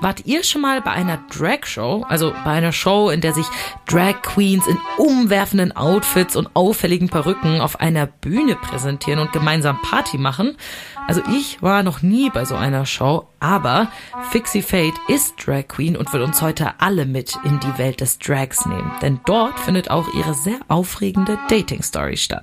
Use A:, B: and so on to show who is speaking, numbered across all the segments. A: Wart ihr schon mal bei einer Drag-Show? Also bei einer Show, in der sich Drag-Queens in umwerfenden Outfits und auffälligen Perücken auf einer Bühne präsentieren und gemeinsam Party machen? Also ich war noch nie bei so einer Show, aber Fixie Fate ist Drag Queen und wird uns heute alle mit in die Welt des Drags nehmen. Denn dort findet auch ihre sehr aufregende Dating-Story statt.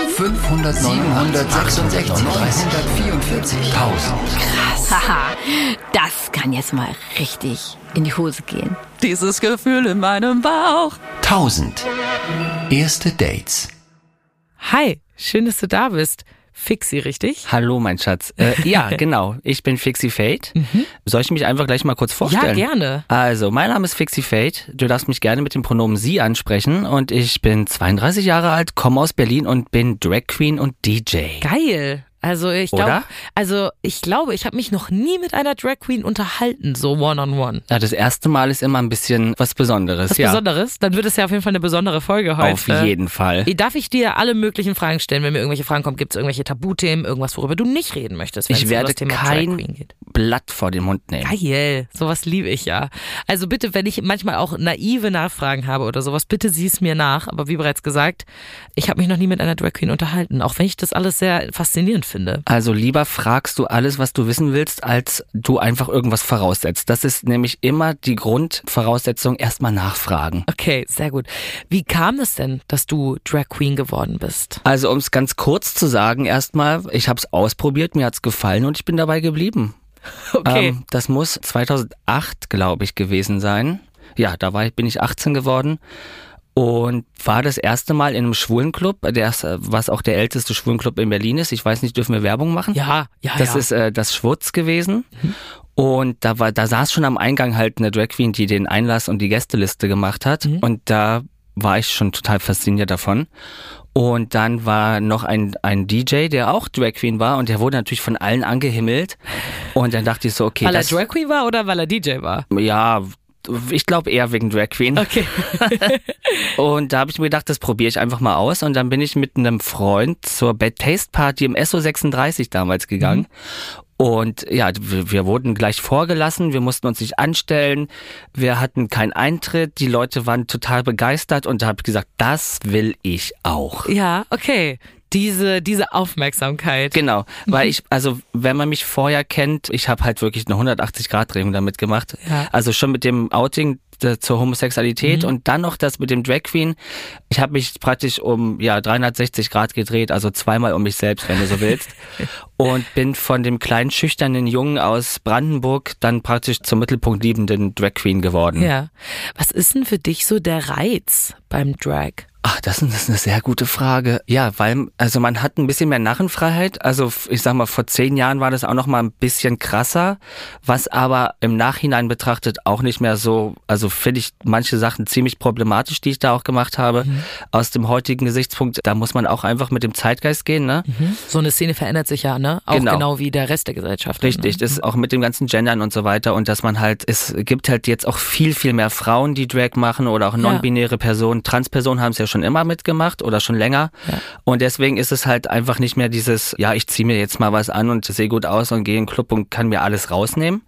B: 500, 766, 344, 1000.
C: Haha, das kann jetzt mal richtig in die Hose gehen.
D: Dieses Gefühl in meinem Bauch.
B: 1000. Erste Dates.
A: Hi, schön, dass du da bist. Fixie, richtig?
E: Hallo, mein Schatz. Äh, ja, genau. Ich bin Fixie Fate. Soll ich mich einfach gleich mal kurz vorstellen?
A: Mhm. Ja, gerne.
E: Also, mein Name ist Fixie Fate. Du darfst mich gerne mit dem Pronomen Sie ansprechen. Und ich bin 32 Jahre alt, komme aus Berlin und bin Drag Queen und DJ.
A: Geil. Also ich glaube,
E: Oder?
A: also ich glaube, ich habe mich noch nie mit einer Drag Queen unterhalten, so one on one.
E: Ja, das erste Mal ist immer ein bisschen was Besonderes.
A: Was
E: ja,
A: Besonderes? Dann wird es ja auf jeden Fall eine besondere Folge heute. Äh,
E: auf jeden Fall.
A: Darf ich dir alle möglichen Fragen stellen, wenn mir irgendwelche Fragen kommen? Gibt es irgendwelche Tabuthemen, irgendwas, worüber du nicht reden möchtest, wenn es
E: Ich
A: um
E: werde
A: das Thema Drag
E: kein
A: Queen geht?
E: Blatt vor den Mund nehmen.
A: Geil, sowas liebe ich ja. Also bitte, wenn ich manchmal auch naive Nachfragen habe oder sowas, bitte sieh es mir nach. Aber wie bereits gesagt, ich habe mich noch nie mit einer Drag Queen unterhalten, auch wenn ich das alles sehr faszinierend finde.
E: Also lieber fragst du alles, was du wissen willst, als du einfach irgendwas voraussetzt. Das ist nämlich immer die Grundvoraussetzung, erstmal nachfragen.
A: Okay, sehr gut. Wie kam es denn, dass du Drag Queen geworden bist?
E: Also um es ganz kurz zu sagen, erstmal, ich habe es ausprobiert, mir hat's gefallen und ich bin dabei geblieben.
A: Okay.
E: Ähm, das muss 2008, glaube ich, gewesen sein. Ja, da war, ich- bin ich 18 geworden und war das erste Mal in einem Schwulenclub, der, ist, äh, was auch der älteste Schwulenclub in Berlin ist. Ich weiß nicht, dürfen wir Werbung machen?
A: ja, ja,
E: Das
A: Ah, ja. Mhm.
E: ist äh, das Schwurz gewesen. Und da war, da saß schon am Eingang halt eine Drag Queen, die den Einlass und die Gästeliste gemacht hat.
A: Mhm.
E: Und da war ich schon total fasziniert davon. Und dann war noch ein, ein DJ, der auch Drag Queen war und der wurde natürlich von allen angehimmelt. Und dann dachte ich so, okay,
A: weil er
E: das,
A: Drag Queen war oder weil er DJ war?
E: ja, ich glaube eher wegen Drag Queen.
A: Okay.
E: Und da habe ich mir gedacht, das probiere ich einfach mal aus. Und dann bin ich mit einem Freund zur Bad Taste Party im SO36 damals gegangen. Und ja, wir, wir wurden gleich vorgelassen, wir mussten uns nicht anstellen, wir hatten keinen Eintritt, die Leute waren total begeistert und da habe ich gesagt, das will ich auch.
A: ja, okay. Diese, diese Aufmerksamkeit.
E: Genau,
A: Mhm.
E: weil ich, also wenn man mich vorher kennt, ich habe halt wirklich eine 180-Grad-Drehung damit gemacht.
A: Ja. Mhm.
E: Also schon mit dem Outing äh, zur Homosexualität und dann noch das mit dem Drag Queen. Ich habe mich praktisch um ja 360 Grad gedreht, also zweimal um mich selbst, wenn du so willst. und bin von dem kleinen schüchternen Jungen aus Brandenburg dann praktisch zum Mittelpunkt liebenden Drag Queen geworden.
A: Ja. Was ist denn für dich so der Reiz beim Drag?
E: Ach, das ist das ist eine sehr gute Frage. Ja, weil, also man hat ein bisschen mehr Narrenfreiheit. Also f- ich sag mal, vor zehn Jahren war das auch noch mal ein bisschen krasser, was aber im Nachhinein betrachtet auch nicht mehr so, also finde ich manche Sachen ziemlich problematisch, die ich da auch gemacht habe. Aus dem heutigen Gesichtspunkt, da muss man auch einfach mit dem Zeitgeist gehen, ne?
A: So eine Szene verändert sich ja, ne? Auch genau,
E: Genau.
A: wie der Rest der Gesellschaft.
E: Richtig, das ist auch mit dem ganzen Gendern und so weiter und dass man halt, es gibt halt jetzt auch viel, viel mehr Frauen, die Drag machen oder auch non-binäre Personen. Transpersonen haben es ja schon immer mitgemacht oder schon länger. Und deswegen ist es halt einfach nicht mehr dieses, ja, ich ziehe mir jetzt mal was an und sehe gut aus und gehe in den Club und kann mir alles rausnehmen.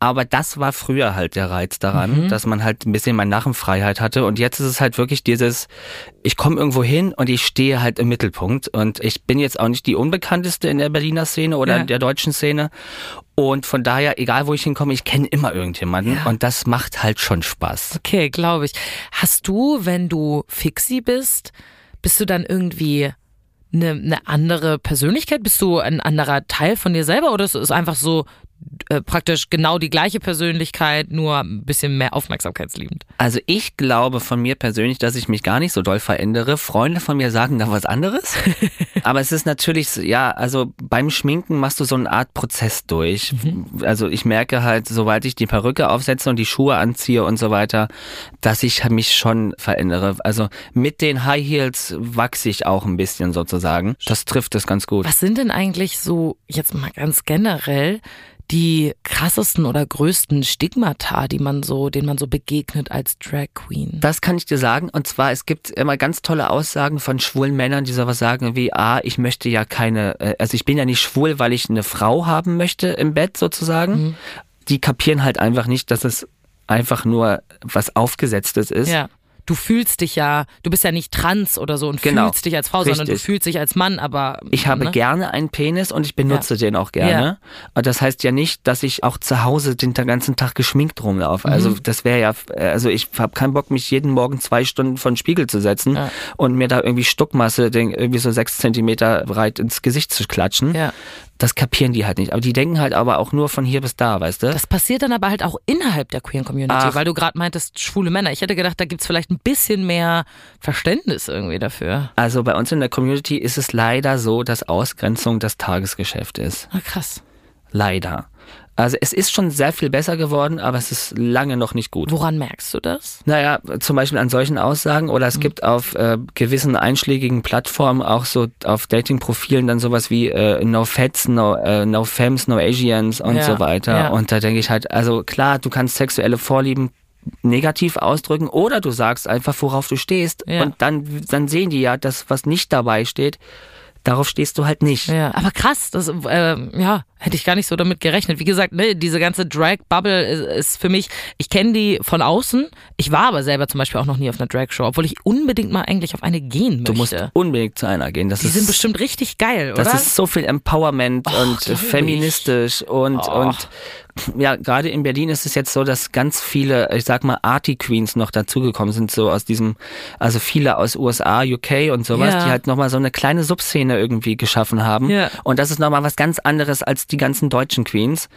E: Aber das war früher halt der Reiz daran, dass man halt ein bisschen mehr Narrenfreiheit hatte. Und jetzt ist es halt wirklich dieses, ich komme irgendwo hin und ich stehe halt im Mittelpunkt. Und ich bin jetzt auch nicht die Unbekannteste in der Berliner Szene oder
A: Ja.
E: der deutschen Szene. Und von daher, egal wo ich hinkomme, ich kenne immer irgendjemanden. Und das macht halt schon Spaß.
A: Okay, glaube ich. Hast du, wenn du Fixie bist, bist du dann irgendwie ne, eine, eine andere Persönlichkeit? Bist du ein anderer Teil von dir selber oder ist es einfach so, äh, praktisch genau die gleiche Persönlichkeit, nur ein bisschen mehr aufmerksamkeitsliebend.
E: Also ich glaube von mir persönlich, dass ich mich gar nicht so doll verändere. Freunde von mir sagen da was anderes. Aber es ist natürlich, so- ja, also beim Schminken machst du so eine Art Prozess durch. Also ich merke halt, sobald ich die Perücke aufsetze und die Schuhe anziehe und so weiter, dass ich mich schon verändere. Also mit den High Heels wachse ich auch ein bisschen sozusagen. Das trifft es ganz gut.
A: Was sind denn eigentlich so, jetzt mal ganz generell, die krassesten oder größten Stigmata, die man so, denen man so begegnet als Drag Queen?
E: Das kann ich dir sagen. Und zwar, es gibt immer ganz tolle Aussagen von schwulen Männern, die sowas sagen wie, ah, ich möchte ja keine, äh, also ich bin ja nicht schwul, weil ich eine Frau haben möchte im Bett sozusagen. Die kapieren halt einfach nicht, dass es einfach nur was Aufgesetztes ist.
A: Ja. Du fühlst dich ja, du bist ja nicht trans oder so und
E: Genau.
A: fühlst dich als Frau, sondern du
E: Richtig.
A: fühlst dich als Mann, aber.
E: Ich habe
A: ne?
E: gerne einen Penis und ich benutze den auch gerne. Und das heißt ja nicht, dass ich auch zu Hause den ta- ganzen Tag geschminkt rumlaufe. Also
A: Mhm.
E: das wäre ja, äh, also ich habe keinen Bock, mich jeden Morgen zwei Stunden vor den Spiegel zu setzen und mir da irgendwie Stuckmasse, den- irgendwie so sechs Zentimeter breit ins Gesicht zu klatschen.
A: Ja.
E: Das kapieren die halt nicht. Aber die denken halt aber auch nur von hier bis da, weißt du?
A: Das passiert dann aber halt auch innerhalb der queeren Community,
E: Ach.
A: weil du gerade meintest, schwule Männer. Ich hätte gedacht, da gibt's vielleicht ein bisschen mehr Verständnis irgendwie dafür.
E: also bei uns in der Community ist es leider so, dass Ausgrenzung das Tagesgeschäft ist.
A: Ah, krass.
E: Leider. Also es ist schon sehr viel besser geworden, aber es ist lange noch nicht gut.
A: Woran merkst du das?
E: Naja, zum Beispiel an solchen Aussagen oder
A: Mhm.
E: es gibt auf äh, gewissen einschlägigen Plattformen auch so auf Dating-Profilen dann sowas wie äh, No Fats, No, äh, no Femmes, No Asians und
A: Ja,
E: so weiter.
A: ja.
E: Und da denke ich halt, also klar, du kannst sexuelle Vorlieben negativ ausdrücken oder du sagst einfach, worauf du stehst
A: Ja.
E: und dann, dann sehen die ja, dass was nicht dabei steht, darauf stehst du halt nicht.
A: Ja, aber krass, das ähm, ja, hätte ich gar nicht so damit gerechnet. Wie gesagt, ne, diese ganze Drag Bubble ist, ist für mich, ich kenne die von außen. Ich war aber selber zum Beispiel auch noch nie auf einer Drag Show, obwohl ich unbedingt mal eigentlich auf eine gehen möchte.
E: Du musst unbedingt zu einer gehen. Das
A: die
E: ist
A: sind bestimmt richtig geil,
E: Das
A: oder?
E: ist so viel Empowerment und
A: glaub ich.
E: feministisch und, und ja, gerade in Berlin ist es jetzt so, dass ganz viele, ich sag mal, Arty-Queens noch dazugekommen sind, so aus diesem, also viele aus USA, UK und sowas,
A: Ja.
E: die halt nochmal so eine kleine Subszene irgendwie geschaffen haben.
A: Ja.
E: Und das ist nochmal was ganz anderes als die ganzen deutschen Queens.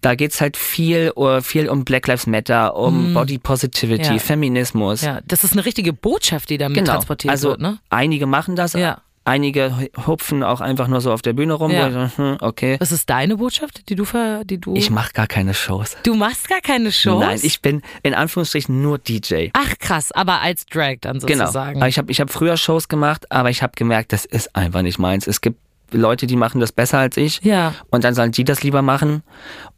E: Da geht's halt viel, äh, viel um Black Lives Matter, um Body Positivity,
A: Mhm. Ja.
E: Feminismus.
A: ja, das ist eine richtige Botschaft, die da mit transportiert
E: Also
A: wird, ne?
E: einige machen das,
A: Ja.
E: einige hupfen auch einfach nur so auf der Bühne rum.
A: Ja.
E: wo ich so, hm, Okay,
A: Was ist deine Botschaft, die du ver, die du
E: ich mache gar keine Shows.
A: Du machst gar keine Shows?
E: Nein, ich bin in Anführungsstrichen nur DJ.
A: Ach krass, aber als Drag dann
E: Genau.
A: sozusagen.
E: Aber Ich habe ich hab früher Shows gemacht, aber ich habe gemerkt, das ist einfach nicht meins. Es gibt Leute, die machen das besser als ich.
A: Ja.
E: Und dann sollen die das lieber machen.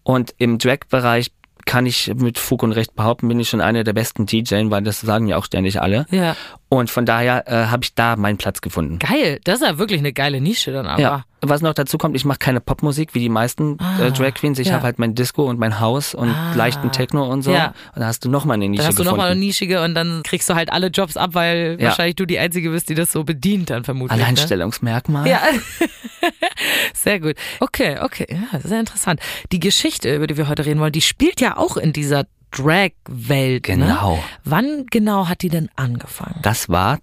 E: Und im Drag-Bereich kann ich mit Fug und Recht behaupten, bin ich schon einer der besten DJs, weil das sagen ja auch ständig alle.
A: Ja.
E: Und von daher äh, habe ich da meinen Platz gefunden.
A: Geil, das ist ja wirklich eine geile Nische dann aber.
E: Ja. Was noch dazu kommt, ich mache keine Popmusik wie die meisten äh, Drag Queens. Ich
A: Ah, ja. Ah.
E: habe halt mein Disco und mein House und leichten Techno und so.
A: Ja.
E: Und da hast du nochmal eine Nische
A: Dann hast du
E: gefunden.
A: nochmal eine nischige und dann kriegst du halt alle Jobs ab, weil
E: Ja.
A: wahrscheinlich du die Einzige bist, die das so bedient dann vermutlich. Ne?
E: Alleinstellungsmerkmal.
A: Ja. Sehr gut. Okay, okay. Ja, sehr interessant. Die Geschichte, über die wir heute reden wollen, die spielt ja auch in dieser Drag-Welt. Ne?
E: Genau.
A: Wann genau hat die denn angefangen?
E: Das war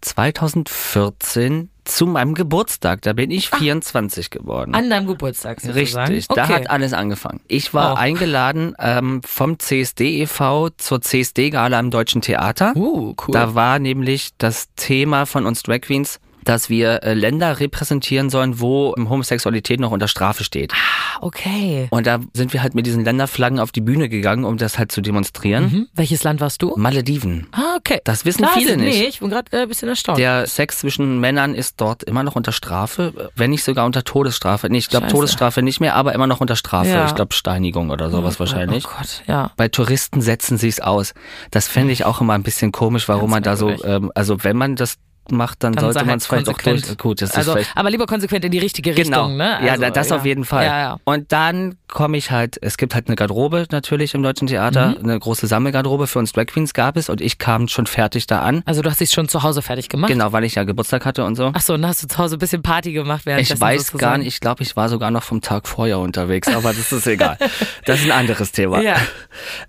E: 2014 zu meinem Geburtstag. Da bin ich 24 geworden.
A: Ah. An deinem Geburtstag sozusagen.
E: Richtig,
A: okay.
E: da hat alles angefangen. Ich war
A: Oh.
E: eingeladen ähm, vom CSD e.V. zur CSD-Gala am Deutschen Theater.
A: Uh, cool.
E: Da war nämlich das Thema von uns Drag Queens, dass wir äh, Länder repräsentieren sollen, wo Homosexualität noch unter Strafe steht.
A: okay.
E: Und da sind wir halt mit diesen Länderflaggen auf die Bühne gegangen, um das halt zu demonstrieren.
A: Hm? Welches Land warst du?
E: Malediven.
A: Ah, okay.
E: Das wissen
A: Klar,
E: viele
A: sind-
E: nicht.
A: Nee, ich bin gerade äh, ein bisschen erstaunt.
E: Der Sex zwischen Männern ist dort immer noch unter Strafe, wenn nicht sogar unter Todesstrafe. Nee, ich glaube
A: Scheiße.
E: Todesstrafe nicht mehr, aber immer noch unter Strafe.
A: Ja.
E: Ich glaube Steinigung oder sowas wahrscheinlich.
A: Oh Gott, ja.
E: Bei Touristen setzen sie es aus. Das fände ich auch immer ein bisschen komisch, warum man da so,
A: merkwürdig.
E: ähm, also wenn man das macht, dann,
A: Dann sei
E: sollte man es
A: halt
E: vielleicht auch
A: konsequent.
E: durch. Gut, das
A: also,
E: ist vielleicht.
A: aber lieber konsequent in die richtige
E: Genau,
A: Richtung, ne?
E: ja,
A: Also,
E: da- das auf jeden Fall.
A: Ja, ja.
E: Und dann komme ich halt, es gibt halt eine Garderobe natürlich im Deutschen Theater,
A: Mhm.
E: eine große Sammelgarderobe für uns Drag Queens gab es und ich kam schon fertig da an.
A: Also du hast dich schon zu Hause fertig gemacht.
E: Genau, weil ich ja Geburtstag hatte und so.
A: Ach so, und dann hast du zu Hause ein bisschen Party gemacht während
E: Ich weiß gar nicht, ich glaube, ich war sogar noch vom Tag vorher unterwegs, aber das ist egal. Das ist ein anderes Thema.
A: Ja.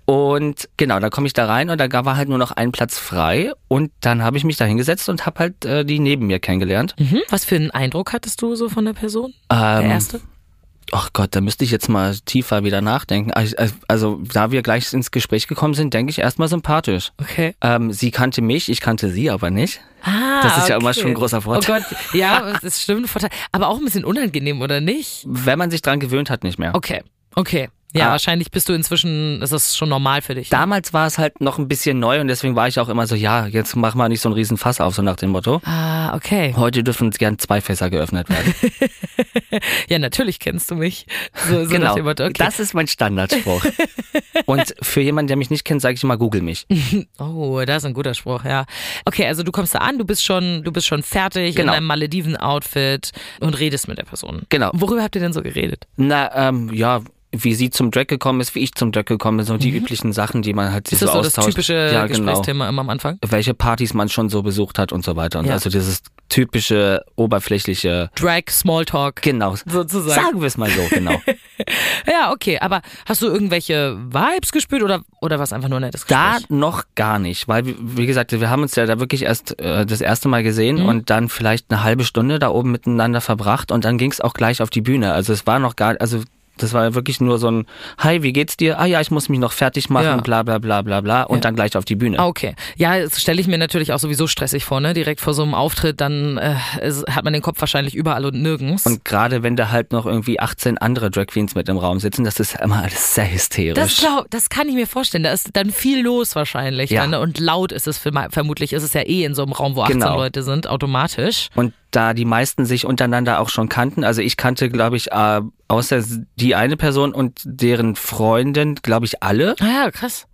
E: Und genau, da komme ich da rein und da gab- war halt nur noch ein Platz frei und dann habe ich mich da hingesetzt und habe halt äh, die neben mir kennengelernt.
A: Mhm. Was für einen Eindruck hattest du so von der Person? Der
E: Ähm,
A: erste?
E: ach Gott, da müsste ich jetzt mal tiefer wieder nachdenken. Also, also da wir gleich ins Gespräch gekommen sind, denke ich erstmal sympathisch.
A: Okay.
E: Ähm, sie kannte mich, ich kannte sie aber nicht.
A: Ah,
E: Das ist ja immer
A: okay.
E: schon ein großer Vorteil.
A: Oh Gott, ja, das ist stimmt ein Vorteil. Aber auch ein bisschen unangenehm, oder nicht?
E: Wenn man sich dran gewöhnt hat, nicht mehr.
A: Okay, okay. Ja,
E: Ah.
A: wahrscheinlich bist du inzwischen, ist das schon normal für dich.
E: Damals war es halt noch ein bisschen neu und deswegen war ich auch immer so, ja, jetzt mach mal nicht so einen riesen Fass auf, so nach dem Motto.
A: Ah, okay.
E: Heute dürfen uns gern zwei Fässer geöffnet werden.
A: Ja, natürlich kennst du mich. So, so nach
E: genau.
A: dem Motto, okay.
E: Das ist mein Standardspruch. und für jemanden, der mich nicht kennt, sage ich immer, google mich.
A: Oh, das ist ein guter Spruch, ja. Okay, also du kommst da an, du bist schon, du bist schon fertig in
E: Genau.
A: deinem Malediven-Outfit und redest mit der Person.
E: Genau.
A: Worüber habt ihr denn so geredet?
E: Na, ähm, ja, wie sie zum Drag gekommen ist, wie ich zum Drag gekommen bin, so die üblichen Sachen, die man halt sich
A: Mhm. Ist das
E: so
A: so das
E: austauscht.
A: typische
E: ja, genau.
A: Gesprächsthema immer am Anfang?
E: Welche Partys man schon so besucht hat und so weiter. Und
A: Ja.
E: Also dieses typische, oberflächliche,
A: Drag, Smalltalk.
E: genau.
A: Sozusagen.
E: Sagen wir es mal so, genau.
A: Ja, okay, aber hast du irgendwelche Vibes gespürt oder, oder was einfach nur ein nettes
E: Da
A: Gespräch?
E: noch gar nicht, weil wie- wie gesagt, wir haben uns ja da wirklich erst äh, das erste Mal gesehen
A: Mhm.
E: und dann vielleicht eine halbe Stunde da oben miteinander verbracht und dann ging es auch gleich auf die Bühne. Also es war noch gar, also das war wirklich nur so ein Hi, wie geht's dir? Ah ja, ich muss mich noch fertig machen,
A: Ja.
E: bla bla bla bla bla und dann gleich auf die Bühne.
A: Ah, Okay. Ja, das stelle ich mir natürlich auch sowieso stressig vor, ne? Direkt vor so einem Auftritt, dann äh, es- hat man den Kopf wahrscheinlich überall und nirgends.
E: Und gerade wenn da halt noch irgendwie 18 andere Drag Queens mit im Raum sitzen, das ist immer alles sehr hysterisch.
A: das, glaub, das kann ich mir vorstellen. Da ist dann viel los wahrscheinlich.
E: Ja.
A: Dann, ne? Und laut ist es für, vermutlich. Ist es ja eh in so einem Raum, wo 18
E: Genau.
A: Leute sind, automatisch.
E: Und da die meisten sich untereinander auch schon kannten, also ich kannte, glaube ich, äh, außer die eine Person und deren Freundin, glaube ich, alle.
A: Ah ja, krass.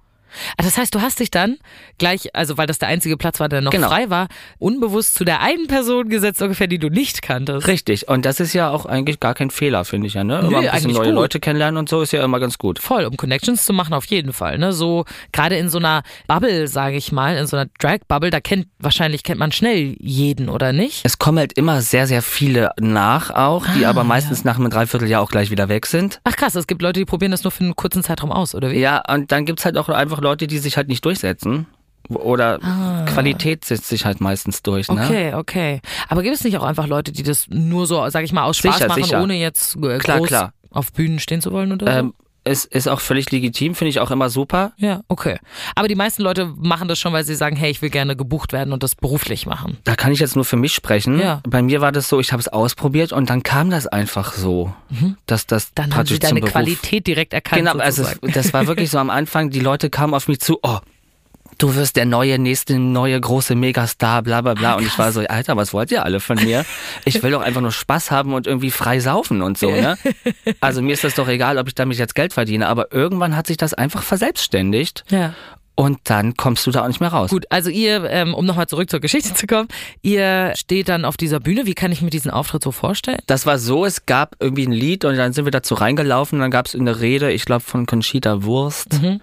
A: Ah, Das heißt, du hast dich dann gleich, also weil das der einzige Platz war, der noch
E: Genau.
A: frei war, unbewusst zu der einen Person gesetzt, ungefähr, die du nicht kanntest.
E: Richtig. Und das ist ja auch eigentlich gar kein Fehler, finde ich ja. Ne? Immer ein bisschen
A: eigentlich
E: neue
A: gut.
E: Leute kennenlernen und so ist ja immer ganz gut.
A: Voll, um Connections zu machen, auf jeden Fall. Ne? So gerade in so einer Bubble, sage ich mal, in so einer Drag-Bubble, da kennt wahrscheinlich kennt man schnell jeden, oder nicht?
E: Es kommen halt immer sehr, sehr viele nach auch, die
A: Ah,
E: aber meistens nach einem Dreivierteljahr auch gleich wieder weg sind.
A: Ach krass, es gibt Leute, die probieren das nur für einen kurzen Zeitraum aus, oder wie?
E: Ja, und dann gibt's halt auch einfach Leute, die sich halt nicht durchsetzen. Oder Qualität setzt sich halt meistens durch. Ne?
A: Ah. Okay, okay. Aber gibt es nicht auch einfach Leute, die das nur so, sag ich mal, aus Spaß
E: Sicher,
A: machen,
E: sicher.
A: ohne jetzt äh,
E: Klar,
A: groß
E: klar.
A: auf Bühnen stehen zu wollen oder so?
E: Ähm, es ist auch völlig legitim, finde ich auch immer super.
A: Ja, okay. Aber die meisten Leute machen das schon, weil sie sagen, hey, ich will gerne gebucht werden und das beruflich machen.
E: Da kann ich jetzt nur für mich sprechen.
A: Ja.
E: Bei mir war das so, ich habe es ausprobiert und dann kam das einfach so, dass das
A: Mhm. Dann haben
E: praktisch
A: sie deine
E: zum Beruf
A: Qualität direkt erkannt.
E: Genau, also
A: sozusagen.
E: es, das war wirklich so am Anfang, die Leute kamen auf mich zu, oh, du wirst der neue, nächste, neue große Megastar, bla bla
A: Ah,
E: bla. und ich war so, Alter, was wollt ihr alle von mir? Ich will doch einfach nur Spaß haben und irgendwie frei saufen und so, ne? Also mir ist das doch egal, ob ich damit jetzt Geld verdiene, aber irgendwann hat sich das einfach verselbstständigt.
A: Ja.
E: Und dann kommst du da auch nicht mehr raus.
A: Gut, also ihr, ähm, um nochmal zurück zur Geschichte zu kommen, ihr steht dann auf dieser Bühne. Wie kann ich mir diesen Auftritt so vorstellen?
E: Das war so, es gab irgendwie ein Lied und dann sind wir dazu reingelaufen und dann gab es eine Rede, ich glaube von Conchita Wurst.
A: Mhm.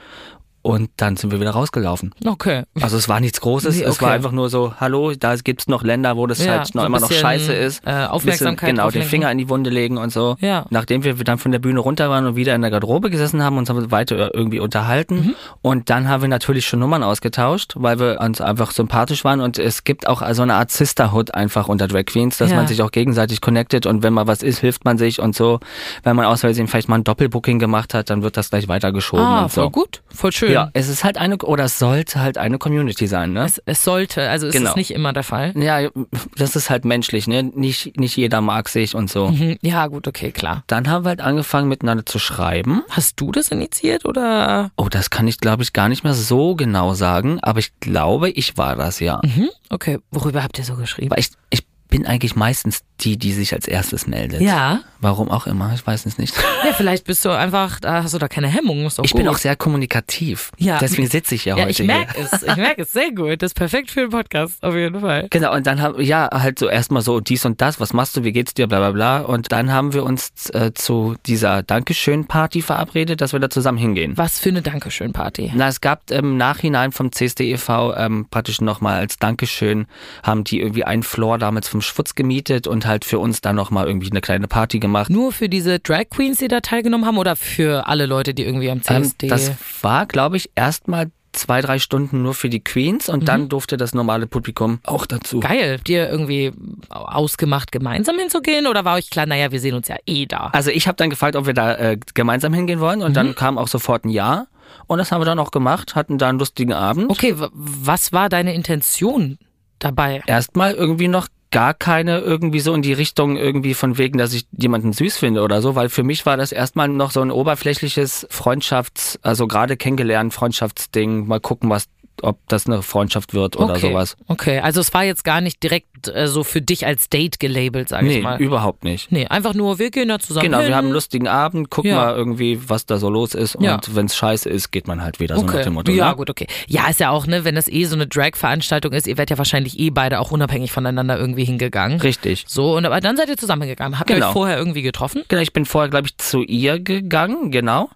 E: Und dann sind wir wieder rausgelaufen.
A: Okay.
E: Also es war nichts Großes,
A: Nee,
E: es war
A: okay.
E: einfach nur so, hallo, da gibt's noch Länder, wo das
A: Ja,
E: halt
A: so
E: noch
A: ein
E: immer noch
A: bisschen,
E: scheiße ist.
A: äh, Aufmerksamkeit
E: genau, den
A: drauflenken.
E: Finger in die Wunde legen und so.
A: Ja.
E: Nachdem wir dann von der Bühne runter waren und wieder in der Garderobe gesessen haben, uns haben wir weiter irgendwie unterhalten.
A: Mhm.
E: Und dann haben wir natürlich schon Nummern ausgetauscht, weil wir uns einfach sympathisch waren. Und es gibt auch so eine Art Sisterhood einfach unter Drag Queens, dass
A: Ja.
E: man sich auch gegenseitig connectet und wenn mal was ist, hilft man sich und so. Wenn man aus Versehen vielleicht mal ein Doppelbooking gemacht hat, dann wird das gleich weitergeschoben
A: Ah,
E: und so.
A: voll gut, voll schön.
E: Ja, es ist halt eine, oder es sollte halt eine Community sein, ne?
A: Es, es sollte, also es
E: Genau.
A: ist nicht immer der Fall.
E: ja, das ist halt menschlich, ne? Nicht, nicht jeder mag sich und so.
A: Hm, Ja, gut, okay, klar.
E: Dann haben wir halt angefangen miteinander zu schreiben.
A: Hast du das initiiert oder?
E: Oh, das kann ich, glaube ich, gar nicht mehr so genau sagen, aber ich glaube, ich war das, ja.
A: Mhm. Okay, worüber habt ihr so geschrieben?
E: Aber ich, ich bin eigentlich meistens die, die sich als erstes meldet.
A: Ja.
E: Warum auch immer, ich weiß es nicht.
A: Ja, vielleicht bist du einfach, da hast du da keine Hemmungen. Ist doch
E: Ich
A: gut.
E: bin auch sehr kommunikativ.
A: Ja.
E: Deswegen sitze ich ja,
A: Ja,
E: heute
A: ich
E: hier.
A: merke es. Ich merke es sehr gut. Das ist perfekt für einen Podcast, auf jeden Fall.
E: Genau, und dann haben, ja, halt so erstmal so dies und das, was machst du, wie geht's dir, bla bla bla. Und dann haben wir uns äh, zu dieser Dankeschön-Party verabredet, dass wir da zusammen hingehen.
A: Was für eine Dankeschön-Party.
E: Na, es gab im Nachhinein vom CSD e.V. Ähm, praktisch nochmal als Dankeschön, haben die irgendwie einen Floor damals vom Schwutz gemietet und halt für uns dann nochmal irgendwie eine kleine Party gemacht.
A: Nur für diese Drag Queens, die da teilgenommen haben oder für alle Leute, die irgendwie am
E: Ähm,
A: CSD...
E: das war, glaube ich, erstmal zwei, drei Stunden nur für die Queens und dann durfte das normale Publikum auch dazu.
A: Geil, dir irgendwie ausgemacht, gemeinsam hinzugehen oder war euch klar, naja, wir sehen uns ja eh da?
E: Also ich habe dann gefragt, ob wir da äh, gemeinsam hingehen wollen und
A: Mhm.
E: dann kam auch sofort ein Ja. Und das haben wir dann auch gemacht, hatten da einen lustigen Abend.
A: Okay, wa- was war deine Intention dabei?
E: Erstmal irgendwie noch gar keine irgendwie so in die Richtung irgendwie von wegen, dass ich jemanden süß finde oder so, weil für mich war das erstmal noch so ein oberflächliches Freundschafts-, also gerade kennengelernt Freundschaftsding, mal gucken, was, ob das eine Freundschaft wird oder
A: okay.
E: sowas.
A: Okay, also es war jetzt gar nicht direkt äh, so für dich als Date gelabelt, sag
E: Nee,
A: ich mal.
E: überhaupt nicht.
A: Nee, einfach nur, wir gehen da zusammen
E: Genau,
A: hin.
E: wir haben einen lustigen Abend, gucken
A: Ja.
E: mal irgendwie, was da so los ist. Und
A: Ja.
E: wenn's scheiße ist, geht man halt wieder so nach
A: Okay.
E: dem Motto.
A: ja,
E: ne?
A: gut, okay. Ja, ist ja auch, ne, wenn das eh so eine Drag-Veranstaltung ist, ihr werdet ja wahrscheinlich eh beide auch unabhängig voneinander irgendwie hingegangen.
E: Richtig.
A: So, und aber dann seid ihr zusammengegangen. Habt ihr
E: Genau.
A: euch vorher irgendwie getroffen?
E: Genau, ich bin vorher, glaube ich, zu ihr gegangen, genau.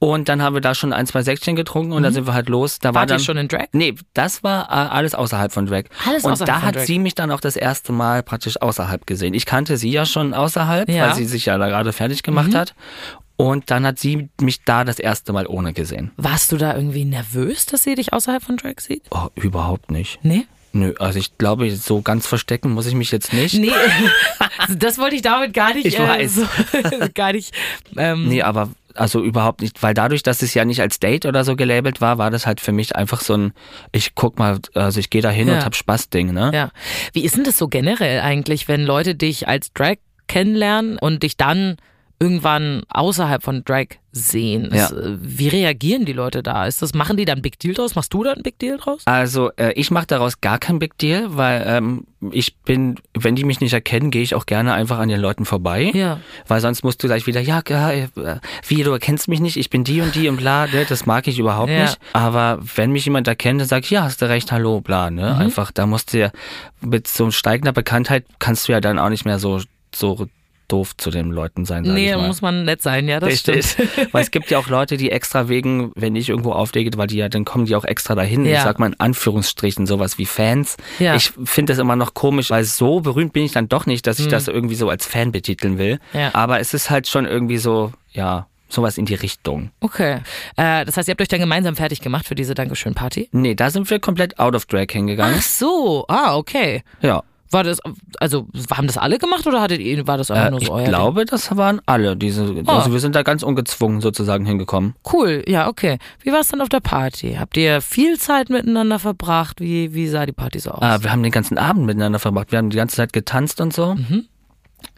E: Und dann haben wir da schon ein, zwei Säckchen getrunken und dann sind wir halt los. Da war
A: Mhm. Wart ihr
E: dann
A: schon in Drag?
E: Nee, das war äh, alles außerhalb von Drag.
A: Alles
E: und
A: außerhalb
E: da
A: von
E: hat
A: Drag.
E: sie mich dann auch das erste Mal praktisch außerhalb gesehen. Ich kannte sie ja schon außerhalb,
A: Ja. Mhm.
E: weil sie sich ja da gerade fertig gemacht hat. Und dann hat sie mich da das erste Mal ohne gesehen.
A: Warst du da irgendwie nervös, dass sie dich außerhalb von Drag sieht?
E: Oh, überhaupt nicht.
A: Nee?
E: Nö, also ich glaube, so ganz verstecken muss ich mich jetzt nicht.
A: Nee, das wollte ich damit gar nicht. äh,
E: Ich weiß.
A: So, gar nicht. Ähm,
E: Nee, aber also überhaupt nicht, weil dadurch, dass es ja nicht als Date oder so gelabelt war, war das halt für mich einfach so ein, ich guck mal, also ich gehe da hin
A: Ja.
E: und hab Spaß Ding, ne?
A: Ja. Wie ist denn das so generell eigentlich, wenn Leute dich als Drag kennenlernen und dich dann irgendwann außerhalb von Drag sehen?
E: Ja.
A: Ist, äh, wie reagieren die Leute da? Ist das, machen die dann Big Deal draus? Machst du da ein Big Deal draus?
E: Also äh, ich mache daraus gar kein Big Deal, weil ähm, ich bin, wenn die mich nicht erkennen, gehe ich auch gerne einfach an den Leuten vorbei,
A: Ja.
E: weil sonst musst du gleich wieder, ja, ja, äh, wie, du erkennst mich nicht, ich bin die und die und bla, ne, das mag ich überhaupt
A: Ja.
E: nicht. Aber wenn mich jemand erkennt, dann sag ich, ja, hast du recht, hallo, bla, ne,
A: Mhm.
E: einfach, da musst du ja, mit so steigender Bekanntheit kannst du ja dann auch nicht mehr so, so doof zu den Leuten sein, sag
A: nee,
E: ich
A: da
E: mal.
A: muss man nett sein, ja, das
E: Richtig.
A: stimmt.
E: Weil es gibt ja auch Leute, die extra wegen, wenn ich irgendwo auflege, weil die ja, dann kommen die auch extra dahin. Ich
A: Ja.
E: sag mal in Anführungsstrichen sowas wie Fans.
A: Ja.
E: Ich finde das immer noch komisch, weil so berühmt bin ich dann doch nicht, dass ich das irgendwie so als Fan betiteln will.
A: Hm. Ja.
E: Aber es ist halt schon irgendwie so, ja, sowas in die Richtung.
A: Okay. Äh, das heißt, ihr habt euch dann gemeinsam fertig gemacht für diese Dankeschön-Party?
E: Nee, da sind wir komplett out of drag hingegangen.
A: Ach so, ah, okay.
E: Ja.
A: War das, also haben das alle gemacht oder hattet ihr, war das einfach
E: Äh,
A: nur
E: ich
A: so euer
E: glaube, das waren alle. Diese,
A: Ah.
E: Also wir sind da ganz ungezwungen sozusagen hingekommen.
A: Ding? Cool, ja, okay. Wie war es dann auf der Party? Habt ihr viel Zeit miteinander verbracht? Wie, wie sah die Party so aus?
E: Ah, wir haben den ganzen Abend miteinander verbracht. Wir haben die ganze Zeit getanzt und so.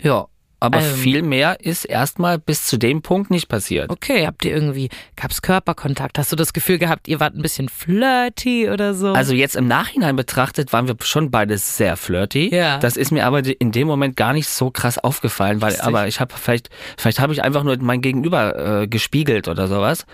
E: Ja, aber
A: Mhm. Ähm.
E: viel mehr ist erstmal bis zu dem Punkt nicht passiert.
A: Okay, habt ihr irgendwie, gab's Körperkontakt? Hast du das Gefühl gehabt, ihr wart ein bisschen flirty oder so?
E: Also jetzt im Nachhinein betrachtet waren wir schon beide sehr flirty.
A: Ja.
E: Das ist mir aber in dem Moment gar nicht so krass aufgefallen, weil
A: Lustig.
E: aber ich habe vielleicht vielleicht habe ich einfach nur mein Gegenüber äh, gespiegelt oder sowas,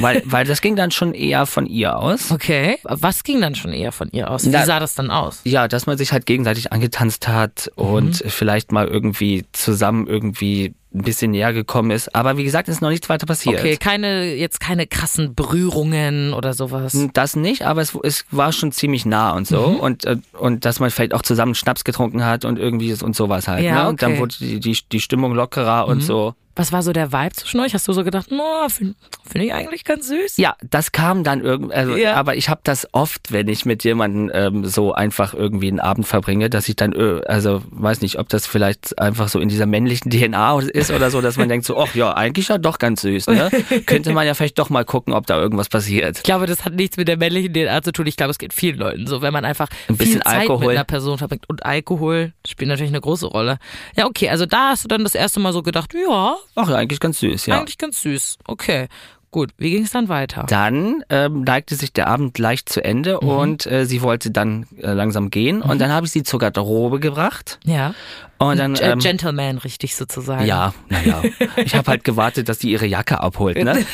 E: weil weil das ging dann schon eher von ihr aus.
A: okay, was ging dann schon eher von ihr aus? Wie
E: Na-
A: sah das dann aus?
E: Ja, dass man sich halt gegenseitig angetanzt hat
A: Mhm.
E: und vielleicht mal irgendwie zusammen irgendwie ein bisschen näher gekommen ist. Aber wie gesagt, ist noch nichts weiter passiert.
A: Okay, keine, jetzt keine krassen Berührungen oder sowas.
E: Das nicht, aber es, es war schon ziemlich nah und so.
A: Mhm.
E: Und, äh, und dass man vielleicht auch zusammen Schnaps getrunken hat und irgendwie und sowas halt.
A: Ja,
E: ne? Und dann
A: okay. Mhm.
E: wurde die, die, die Stimmung lockerer und so.
A: Was war so der Vibe zwischen euch? Hast du so gedacht, na, finde find ich eigentlich ganz süß?
E: Ja, das kam dann irgendwie, also,
A: Ja.
E: aber ich habe das oft, wenn ich mit jemandem ähm, so einfach irgendwie einen Abend verbringe, dass ich dann, äh, also weiß nicht, ob das vielleicht einfach so in dieser männlichen DNA ist oder so, dass man denkt so, ach ja, eigentlich ja doch ganz süß, ne? Könnte man ja vielleicht doch mal gucken, ob da irgendwas passiert.
A: Ich glaube, das hat nichts mit der männlichen DNA zu tun. Ich glaube, es geht vielen Leuten so, wenn man einfach
E: Ein
A: viel
E: bisschen
A: Zeit mit
E: Alkohol.
A: einer Person verbringt. Und Alkohol spielt natürlich eine große Rolle. Ja, okay, also da hast du dann das erste Mal so gedacht, ja,
E: Ach ja, eigentlich ganz süß, ja.
A: eigentlich ganz süß. Okay, gut. Wie ging es dann weiter?
E: Dann ähm, neigte sich der Abend leicht zu Ende
A: Mhm.
E: und äh, sie wollte dann äh, langsam gehen und dann habe ich sie zur Garderobe gebracht
A: ja.
E: und dann
A: G-
E: ähm,
A: Gentleman, richtig sozusagen.
E: ja, naja, ich habe halt gewartet, dass sie ihre Jacke abholt, ne?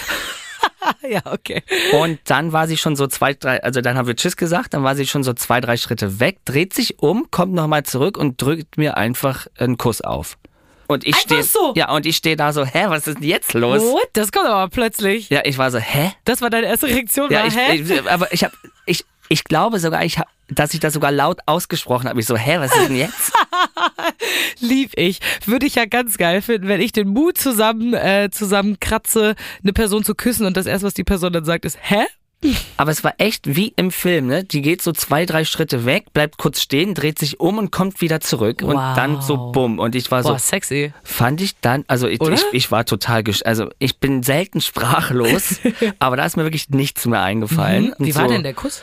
A: ja, okay.
E: Und dann war sie schon so zwei, drei, also dann haben wir Tschüss gesagt, dann war sie schon so zwei, drei Schritte weg, dreht sich um, kommt nochmal zurück und drückt mir einfach einen Kuss auf. Und ich
A: Einfach
E: stehe
A: so?
E: ja und ich stehe da so, hä, was ist denn jetzt los?
A: What? Das kommt aber plötzlich.
E: Ja, ich war so, hä?
A: Das war deine erste Reaktion,
E: Ja,
A: war,
E: ich,
A: hä?
E: ich, aber ich habe, ich, ich glaube sogar, ich hab, dass ich das sogar laut ausgesprochen habe. Ich so, hä, was ist denn jetzt?
A: Lieb ich. Würde ich ja ganz geil finden, wenn ich den Mut zusammen, äh, zusammenkratze, eine Person zu küssen und das erste, was die Person dann sagt, ist, hä?
E: Aber es war echt wie im Film, ne? Die geht so zwei, drei Schritte weg, bleibt kurz stehen, dreht sich um und kommt wieder zurück. Und
A: Wow.
E: dann so bumm. Und ich war
A: Boah,
E: so,
A: sexy.
E: fand ich dann, also ich,
A: Oder?
E: ich, ich war total, gesch also ich bin selten sprachlos, aber da ist mir wirklich nichts mehr eingefallen.
A: Hm? Mhm. Wie
E: Und
A: war
E: so,
A: denn der Kuss?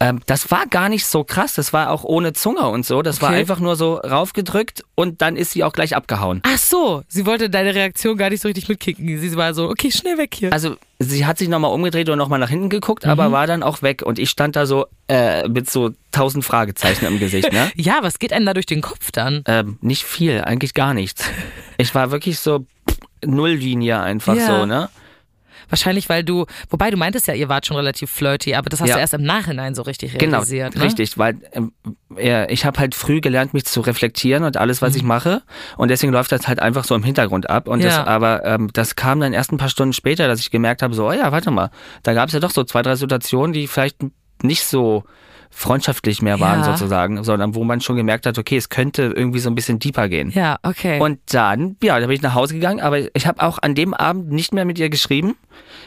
E: Ähm, das war gar nicht so krass, das war auch ohne Zunge und so. Das war
A: Okay.
E: einfach nur so raufgedrückt und dann ist sie auch gleich abgehauen.
A: Ach so, sie wollte deine Reaktion gar nicht so richtig mitkicken. Sie war so, okay, schnell weg hier.
E: Also sie hat sich nochmal umgedreht und nochmal nach hinten geguckt,
A: Mhm.
E: aber war dann auch weg und ich stand da so äh, mit so tausend Fragezeichen im Gesicht, ne?
A: ja, was geht einem da durch den Kopf dann?
E: Ähm, nicht viel, eigentlich gar nichts. Ich war wirklich so pff, Nulllinie einfach
A: Ja.
E: so, ne?
A: Wahrscheinlich, weil du, wobei du meintest ja, ihr wart schon relativ flirty, aber das hast
E: Ja.
A: du erst im Nachhinein so richtig
E: Genau,
A: realisiert. ne?
E: richtig, weil ähm, äh, ich habe halt früh gelernt, mich zu reflektieren und alles, was ich mache. Und deswegen läuft das halt einfach so im Hintergrund ab. Und
A: Mhm.
E: das,
A: Ja.
E: aber ähm, das kam dann erst ein paar Stunden später, dass ich gemerkt habe, so, oh ja, warte mal, da gab es ja doch so zwei, drei Situationen, die vielleicht nicht so freundschaftlich mehr waren
A: Ja.
E: sozusagen, sondern wo man schon gemerkt hat, okay, es könnte irgendwie so ein bisschen deeper gehen.
A: Ja, okay.
E: Und dann, ja, da bin ich nach Hause gegangen, aber ich habe auch an dem Abend nicht mehr mit ihr geschrieben,
A: Mhm.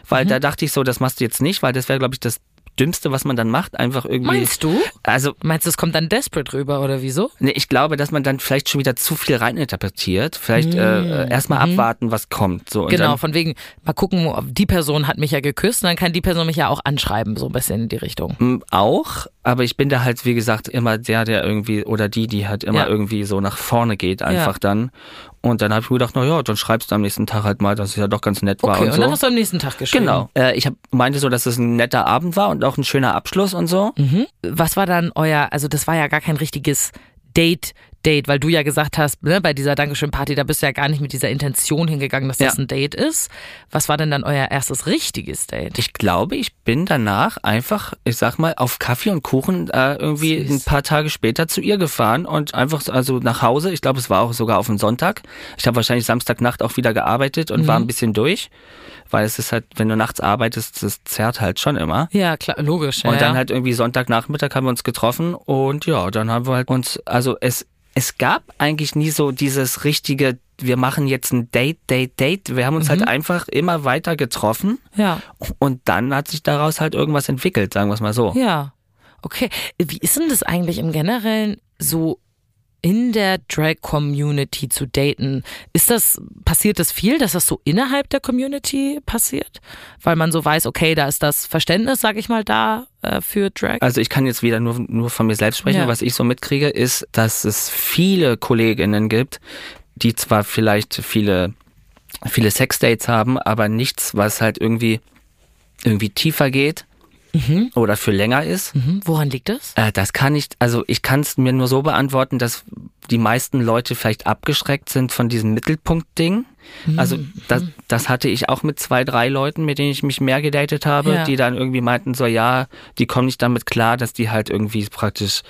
E: weil da dachte ich so, das machst du jetzt nicht, weil das wäre, glaube ich, das Dümmste, was man dann macht, einfach irgendwie.
A: Meinst du?
E: Also,
A: Meinst du, es kommt dann desperate rüber oder wieso?
E: nee, ich glaube, dass man dann vielleicht schon wieder zu viel reininterpretiert. Vielleicht äh, äh, erstmal abwarten, was kommt. So, und
A: Mm. Mhm. Genau,
E: Dann,
A: von wegen, mal gucken, ob die Person hat mich ja geküsst und dann kann die Person mich ja auch anschreiben, so ein bisschen in die Richtung.
E: Mm, auch, aber ich bin da halt, wie gesagt, immer der, der irgendwie, oder die, die halt immer
A: Ja.
E: irgendwie so nach vorne geht, einfach
A: Ja.
E: dann. Und dann habe ich mir gedacht, na ja, dann schreibst du am nächsten Tag halt mal, dass es ja doch ganz nett war
A: Okay,
E: und,
A: und,
E: so.
A: dann hast du am nächsten Tag geschrieben.
E: Genau. Äh, ich hab, meinte so, dass es ein netter Abend war und auch ein schöner Abschluss und so.
A: was war dann euer, also das war ja gar kein richtiges Date, Date, weil du ja gesagt hast, ne, bei dieser Dankeschön-Party, da bist du ja gar nicht mit dieser Intention hingegangen, dass das
E: Ja.
A: ein Date ist. Was war denn dann euer erstes richtiges Date?
E: Ich glaube, ich bin danach einfach, ich sag mal, auf Kaffee und Kuchen äh, irgendwie
A: Süß.
E: ein paar Tage später zu ihr gefahren und einfach so- also nach Hause. Ich glaube, es war auch sogar auf den Sonntag. Ich habe wahrscheinlich Samstagnacht auch wieder gearbeitet und war
A: Mhm.
E: ein bisschen durch, weil es ist halt, wenn du nachts arbeitest, das zerrt halt schon immer.
A: Ja, klar, logisch. ja,
E: Und dann
A: ja.
E: halt irgendwie Sonntagnachmittag haben wir uns getroffen und ja, dann haben wir halt uns, also es, es gab eigentlich nie so dieses richtige, wir machen jetzt ein Date, Date, Date. Wir haben uns
A: Mhm.
E: halt einfach immer weiter getroffen
A: Ja,
E: und dann hat sich daraus halt irgendwas entwickelt, sagen wir es mal so.
A: ja. Okay. Wie ist denn das eigentlich im Generellen so in der Drag-Community zu daten? Ist das, passiert das viel, dass das so innerhalb der Community passiert? Weil man so weiß, okay, da ist das Verständnis, sag ich mal, da äh, für Drag?
E: Also ich kann jetzt wieder nur, nur von mir selbst sprechen.
A: Ja.
E: Was ich so mitkriege, ist, dass es viele Kolleginnen gibt, die zwar vielleicht viele, viele Sexdates haben, aber nichts, was halt irgendwie, irgendwie tiefer geht
A: Mhm.
E: oder für länger ist.
A: Hm, Woran liegt das?
E: Äh, das kann ich, also ich kann es mir nur so beantworten, dass die meisten Leute vielleicht abgeschreckt sind von diesem Mittelpunkt-Ding.
A: Hm.
E: Also das, das hatte ich auch mit zwei, drei Leuten, mit denen ich mich mehr gedatet habe,
A: Ja.
E: die dann irgendwie meinten, so ja, die kommen nicht damit klar, dass die halt irgendwie praktisch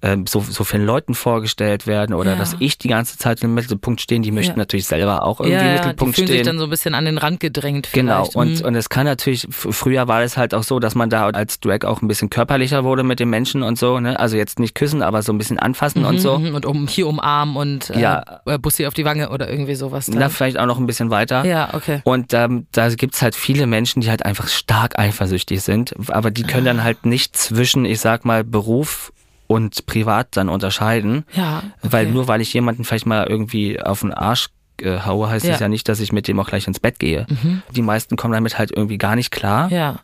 E: ähm, so, so vielen Leuten vorgestellt werden oder
A: Ja.
E: dass ich die ganze Zeit im Mittelpunkt stehen. Die möchten
A: Ja.
E: natürlich selber auch irgendwie im Mittelpunkt
A: die fühlen
E: stehen.
A: sich dann so ein bisschen an den Rand gedrängt
E: Genau,
A: vielleicht.
E: und,
A: Mhm.
E: und es kann natürlich, f- früher war es halt auch so, dass man da als Drag auch ein bisschen körperlicher wurde mit den Menschen und so, ne? Also jetzt nicht küssen, aber so ein bisschen anfassen und so.
A: Mhm, und um, hier umarmen und äh,
E: Ja.
A: äh, Bussi auf die Wange oder irgendwie sowas.
E: Na,
A: Dann.
E: vielleicht auch noch ein bisschen weiter.
A: Ja, okay.
E: Und ähm, da gibt's halt viele Menschen, die halt einfach stark eifersüchtig sind, aber die können
A: Ah.
E: dann halt nicht zwischen, ich sag mal, Beruf und Privat dann unterscheiden.
A: Ja, okay.
E: Weil nur weil ich jemanden vielleicht mal irgendwie auf den Arsch äh, haue, heißt
A: Ja. Mhm.
E: es ja nicht, dass ich mit dem auch gleich ins Bett gehe. Die meisten kommen damit halt irgendwie gar nicht klar.
A: Ja,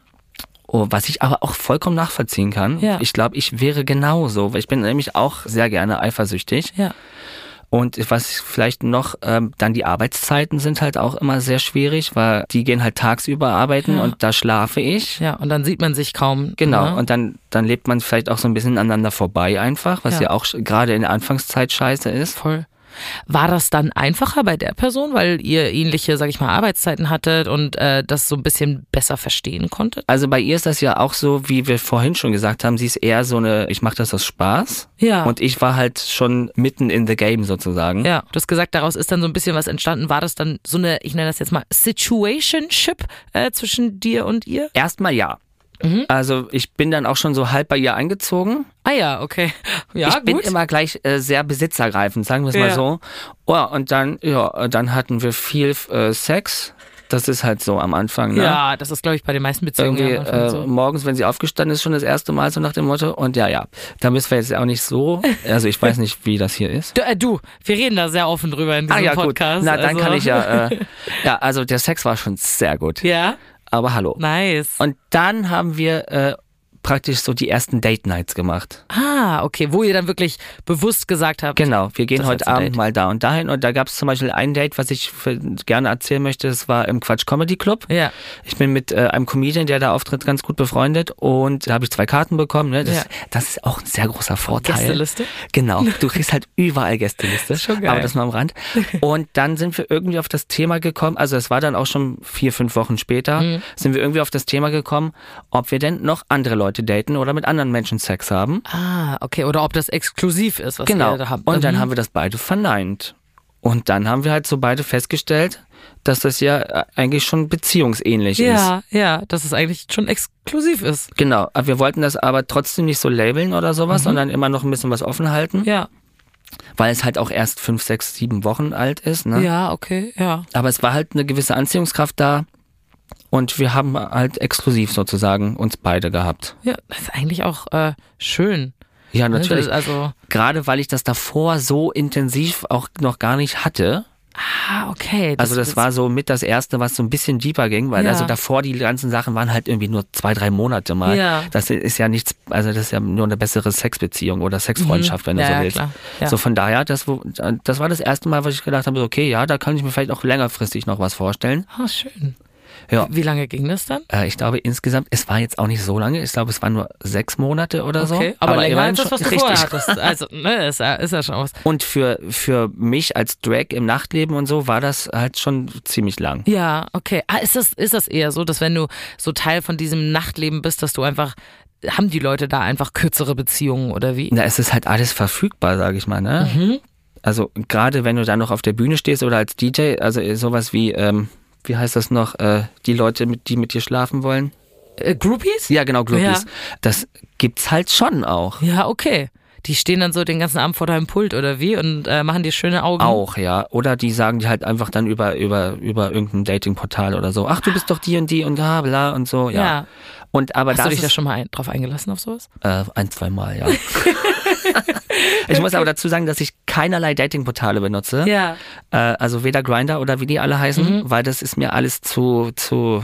E: Oh, was ich aber auch vollkommen nachvollziehen kann.
A: Ja.
E: Ich glaube, ich wäre genauso, weil ich bin nämlich auch sehr gerne eifersüchtig.
A: ja.
E: Und was vielleicht noch, ähm, dann die Arbeitszeiten sind halt auch immer sehr schwierig, weil die gehen halt tagsüber arbeiten
A: Ja.
E: und da schlafe ich.
A: Ja, und dann sieht man sich kaum.
E: Genau,
A: Ne?
E: und dann, dann lebt man vielleicht auch so ein bisschen aneinander vorbei einfach, was
A: Ja.
E: ja, auch sch- gerade in der Anfangszeit scheiße ist.
A: Voll. War das dann einfacher bei der Person, weil ihr ähnliche, sag ich mal, Arbeitszeiten hattet und äh, das so ein bisschen besser verstehen konntet?
E: Also bei ihr ist das ja auch so, wie wir vorhin schon gesagt haben, sie ist eher so eine, ich mache das aus Spaß.
A: Ja.
E: Und ich war halt schon mitten in the game sozusagen.
A: Ja, du hast gesagt, daraus ist dann so ein bisschen was entstanden. War das dann so eine, ich nenne das jetzt mal Situationship äh, zwischen dir und ihr?
E: Erstmal ja.
A: Mhm.
E: Also ich bin dann auch schon so halb bei ihr eingezogen.
A: Ah ja, okay. Ja,
E: ich
A: gut.
E: bin immer gleich äh, sehr besitzergreifend, sagen wir es
A: Ja.
E: mal so. Oh, und dann, ja, dann hatten wir viel äh, Sex. das ist halt so am Anfang. Ne?
A: Ja, das ist, glaube ich, bei den meisten Beziehungen
E: Irgendwie
A: am Anfang
E: äh,
A: so.
E: morgens, wenn sie aufgestanden ist, schon das erste Mal so nach dem Motto und ja, ja, da bist du jetzt auch nicht so, also ich weiß nicht, wie das hier ist. Ah
A: Du, äh, du, wir reden da sehr offen drüber in diesem Podcast.
E: Na, dann
A: also.
E: kann ich ja, äh, ja, also der Sex war schon sehr gut,
A: Ja,
E: aber hallo.
A: nice.
E: Und dann haben wir äh, praktisch so die ersten Date-Nights gemacht.
A: ah, okay, wo ihr dann wirklich bewusst gesagt habt.
E: Genau, wir gehen
A: Das
E: heute
A: letzte
E: Abend
A: Date.
E: mal da und dahin. Und da gab es zum Beispiel ein Date, was ich für, gerne erzählen möchte. Das war im Quatsch Comedy Club.
A: Ja.
E: Ich bin mit äh, einem Comedian, der da auftritt, ganz gut befreundet. Und da habe ich zwei Karten bekommen. Ne? Das,
A: Ja.
E: das ist auch ein sehr großer Vorteil.
A: Gästeliste?
E: Genau, du kriegst halt überall Gästeliste.
A: Schon geil.
E: Aber das nur am Rand. Und dann sind wir irgendwie auf das Thema gekommen, also es war dann auch schon vier, fünf Wochen später,
A: Mhm.
E: sind wir irgendwie auf das Thema gekommen, ob wir denn noch andere Leute daten oder mit anderen Menschen Sex haben.
A: Ah, okay, oder ob das exklusiv ist, was
E: genau.
A: ihr da habt.
E: Und dann
A: Mhm.
E: haben wir das beide verneint. Und dann haben wir halt so beide festgestellt, dass das ja äh, eigentlich schon beziehungsähnlich ist.
A: ja, ja, dass es eigentlich schon exklusiv ist.
E: Genau, aber wir wollten das aber trotzdem nicht so labeln oder sowas, sondern immer noch ein bisschen was offen halten,
A: Mhm. Ja,
E: weil es halt auch erst fünf, sechs, sieben Wochen alt ist. Ne?
A: ja, okay, ja.
E: Aber es war halt eine gewisse Anziehungskraft da und wir haben halt exklusiv sozusagen uns beide gehabt.
A: Ja, das ist eigentlich auch äh, schön.
E: Ja,
A: ne?
E: natürlich.
A: Das- Also,
E: Gerade weil ich das davor so intensiv auch noch gar nicht hatte.
A: ah, okay.
E: Also das war so mit das erste, was so ein bisschen deeper ging, weil
A: Ja.
E: also davor die ganzen Sachen waren halt irgendwie nur zwei, drei Monate mal.
A: Ja.
E: Das ist ja nichts, also das ist ja nur eine bessere Sexbeziehung oder Sexfreundschaft, wenn du
A: Mhm. Ja,
E: so
A: ja,
E: willst.
A: klar. Ja.
E: So von daher, das, wo- das war das erste Mal, wo ich gedacht habe, so, okay, ja, da kann ich mir vielleicht auch längerfristig noch was vorstellen.
A: Ah, schön.
E: Ja.
A: Wie lange ging das dann?
E: Äh, Ich glaube insgesamt, es war jetzt auch nicht so lange. Ich glaube, es waren nur sechs Monate oder so.
A: Okay, aber, länger
E: immerhin
A: als das,
E: schon-
A: was du vorher hattest. Also, ne, ist ja, ist ja schon was.
E: Und für, für mich als Drag im Nachtleben und so war das halt schon ziemlich lang.
A: Ja, okay. Ah, ist das, ist das eher so, dass wenn du so Teil von diesem Nachtleben bist, dass du einfach, haben die Leute da einfach kürzere Beziehungen oder wie?
E: Na, es ist halt alles verfügbar, sage ich mal. Ne? Also gerade wenn du dann noch auf der Bühne stehst oder als DJ, also sowas wie, ähm, wie heißt das noch, äh, die Leute, mit, die mit dir schlafen wollen.
A: Äh, Groupies?
E: Ja, genau, Groupies.
A: Ja.
E: Das gibt's halt schon auch.
A: Ja, okay. Die stehen dann so den ganzen Abend vor deinem Pult oder wie und äh, machen dir schöne Augen.
E: Auch, ja. Oder die sagen dir halt einfach dann über, über, über irgendein Datingportal oder so, ach, du bist doch die und die und bla bla und so, ja.
A: Ja.
E: Und aber
A: Hast
E: das
A: du dich
E: ist
A: da schon mal ein, drauf eingelassen auf sowas?
E: Äh, ein, zwei Mal, ja. ich muss aber dazu sagen, dass ich keinerlei Datingportale benutze.
A: Ja.
E: Äh, also weder Grinder oder wie die alle heißen, weil das ist mir alles zu, zu,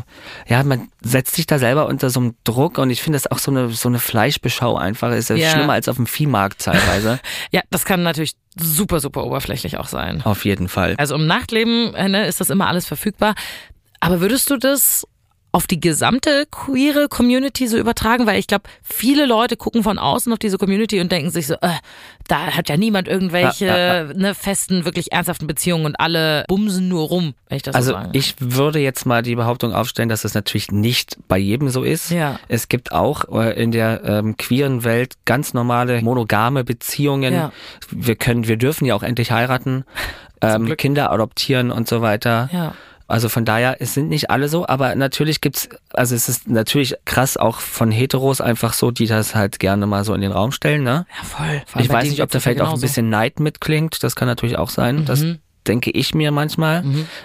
E: ja, man setzt sich da selber unter so einem Druck und ich finde das auch so eine, so eine Fleischbeschau einfach. Ist ja
A: Ja.
E: schlimmer als auf dem Viehmarkt teilweise.
A: Ja, das kann natürlich super, super oberflächlich auch sein.
E: auf jeden Fall.
A: Also im Nachtleben äh, ne, ist das immer alles verfügbar. Aber würdest du das auf die gesamte queere Community so übertragen? Weil ich glaube, viele Leute gucken von außen auf diese Community und denken sich so, äh, da hat ja niemand irgendwelche
E: Ja, ja,
A: Ne, festen, wirklich ernsthaften Beziehungen und alle bumsen nur rum, wenn ich das so
E: Also
A: sage.
E: ich würde jetzt mal die Behauptung aufstellen, dass es natürlich nicht bei jedem so ist.
A: Ja.
E: Es gibt auch äh, in der ähm, queeren Welt ganz normale monogame Beziehungen.
A: Ja.
E: Wir können, wir dürfen ja auch endlich heiraten, ähm,
A: Glück.
E: Kinder adoptieren und so weiter.
A: Ja.
E: Also von daher, es sind nicht alle so, aber natürlich gibt's, also es ist natürlich krass auch von Heteros einfach so, die das halt gerne mal so in den Raum stellen, ne?
A: ja, voll. Vor allem
E: Ich
A: bei
E: weiß
A: denen
E: nicht, ob da
A: geht's ja
E: vielleicht auch ein
A: genauso. Mhm.
E: bisschen Neid mitklingt. Das kann natürlich auch sein. Das denke ich mir manchmal,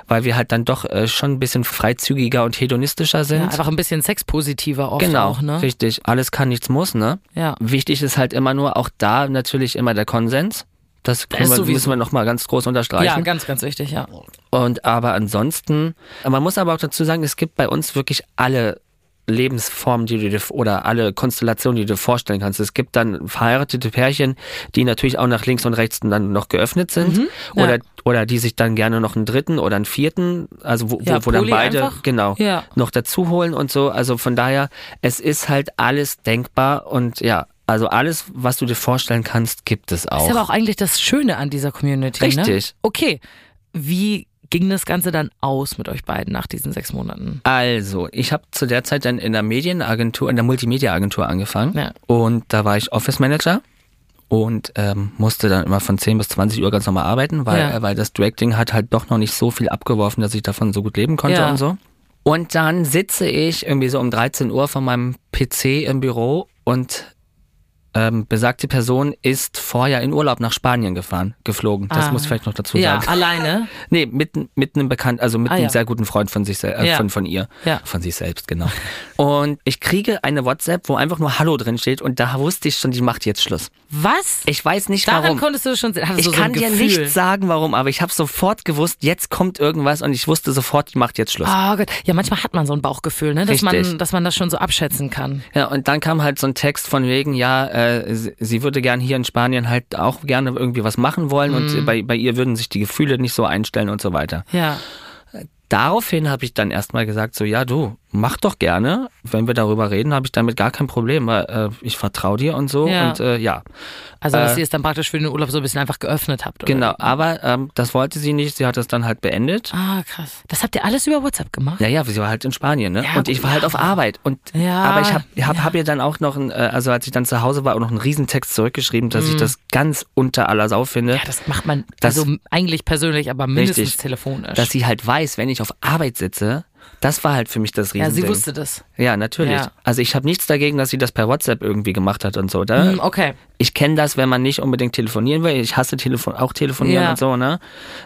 E: weil wir halt dann doch äh, schon ein bisschen freizügiger und hedonistischer
A: Ja,
E: sind.
A: einfach ein bisschen sexpositiver oft
E: genau,
A: auch, ne?
E: richtig. Alles kann, nichts muss, ne?
A: Ja.
E: Wichtig ist halt immer nur auch da natürlich immer der Konsens. Das können
A: ist
E: wir,
A: sowieso-
E: müssen wir nochmal ganz groß
A: Ja,
E: unterstreichen.
A: ganz, ganz wichtig, ja.
E: und aber ansonsten, man muss aber auch dazu sagen, es gibt bei uns wirklich alle Lebensformen, die du dir oder alle Konstellationen, die du dir vorstellen kannst. Es gibt dann verheiratete Pärchen, die natürlich auch nach links und rechts dann noch geöffnet sind
A: Mhm. ja.
E: oder oder die sich dann gerne noch einen dritten oder einen vierten, also wo,
A: Ja,
E: wo, wo dann
A: Poly
E: beide
A: einfach.
E: genau
A: Ja.
E: noch dazu holen und so. Also von daher, es ist halt alles denkbar und ja, also alles, was du dir vorstellen kannst, gibt es auch.
A: Ist aber auch eigentlich das Schöne an dieser Community. Ne?
E: Richtig.
A: Okay. Wie ging das Ganze dann aus mit euch beiden nach diesen sechs Monaten?
E: Also, ich habe zu der Zeit dann in der Medienagentur, in der Multimedia-Agentur angefangen.
A: Ja.
E: Und da war ich Office Manager und ähm, musste dann immer von 10 bis 20 Uhr ganz normal arbeiten, weil,
A: Ja.
E: äh, weil das Directing hat halt doch noch nicht so viel abgeworfen, dass ich davon so gut leben konnte
A: Ja.
E: und so. Und dann sitze ich irgendwie so um 13 Uhr von meinem PC im Büro und ähm, besagte Person ist vorher in Urlaub nach Spanien gefahren, geflogen. Das
A: Ah.
E: muss vielleicht noch dazu
A: Ja,
E: sagen.
A: alleine.
E: Nee, mit, mit einem Bekannten, also mit
A: Ah,
E: einem
A: ja.
E: sehr guten Freund von sich sel- äh,
A: Ja.
E: von, von ihr.
A: Ja.
E: Von sich selbst, genau. Und ich kriege eine WhatsApp, wo einfach nur Hallo drin steht und da wusste ich schon, die macht jetzt Schluss.
A: Was?
E: Ich weiß nicht
A: Daran
E: warum.
A: konntest du schon sehen. Hast du
E: ich
A: so
E: kann
A: ein
E: dir
A: Gefühl.
E: nicht sagen, warum, aber ich habe sofort gewusst, jetzt kommt irgendwas und ich wusste sofort, die macht jetzt Schluss.
A: Oh Gott. Ja, manchmal hat man so ein Bauchgefühl, ne? dass, man,
E: Richtig.
A: dass man das schon so abschätzen kann.
E: Ja, und dann kam halt so ein Text von wegen, ja, äh, sie, sie würde gern hier in Spanien halt auch gerne irgendwie was machen wollen
A: Mhm.
E: und bei, bei ihr würden sich die Gefühle nicht so einstellen und so weiter.
A: Ja.
E: Daraufhin habe ich dann erstmal gesagt, so ja, du, mach doch gerne. Wenn wir darüber reden, habe ich damit gar kein Problem, weil äh, ich vertraue dir und so.
A: Ja.
E: Und äh, ja,
A: Also, dass
E: Äh,
A: ihr es dann praktisch für den Urlaub so ein bisschen einfach geöffnet habt. Oder?
E: genau. Aber ähm, das wollte sie nicht, sie hat das dann halt beendet.
A: Äh, Ah, krass. Das habt ihr alles über WhatsApp gemacht?
E: Naja, sie war halt in Spanien, ne?
A: Ja,
E: und ich war halt auf Arbeit. Und
A: Ja,
E: aber ich habe hab,
A: ja.
E: hab ihr dann auch noch, ein, äh, also als ich dann zu Hause war, auch noch einen Riesentext zurückgeschrieben, dass ich das ganz unter aller Sau finde.
A: Mhm. Ja, das macht man
E: Das-
A: also eigentlich persönlich, aber mindestens
E: Richtig.
A: telefonisch.
E: dass sie halt weiß, wenn ich auf Arbeit sitze, das war halt für mich das
A: ja,
E: Riesending.
A: sie wusste das.
E: Ja, natürlich.
A: Ja.
E: Also ich habe nichts dagegen, dass sie das per WhatsApp irgendwie gemacht hat und so. ne? Da,
A: Hm, okay.
E: Ich kenne das, wenn man nicht unbedingt telefonieren will. Ich hasse Telefon auch telefonieren
A: Ja.
E: und so, ne?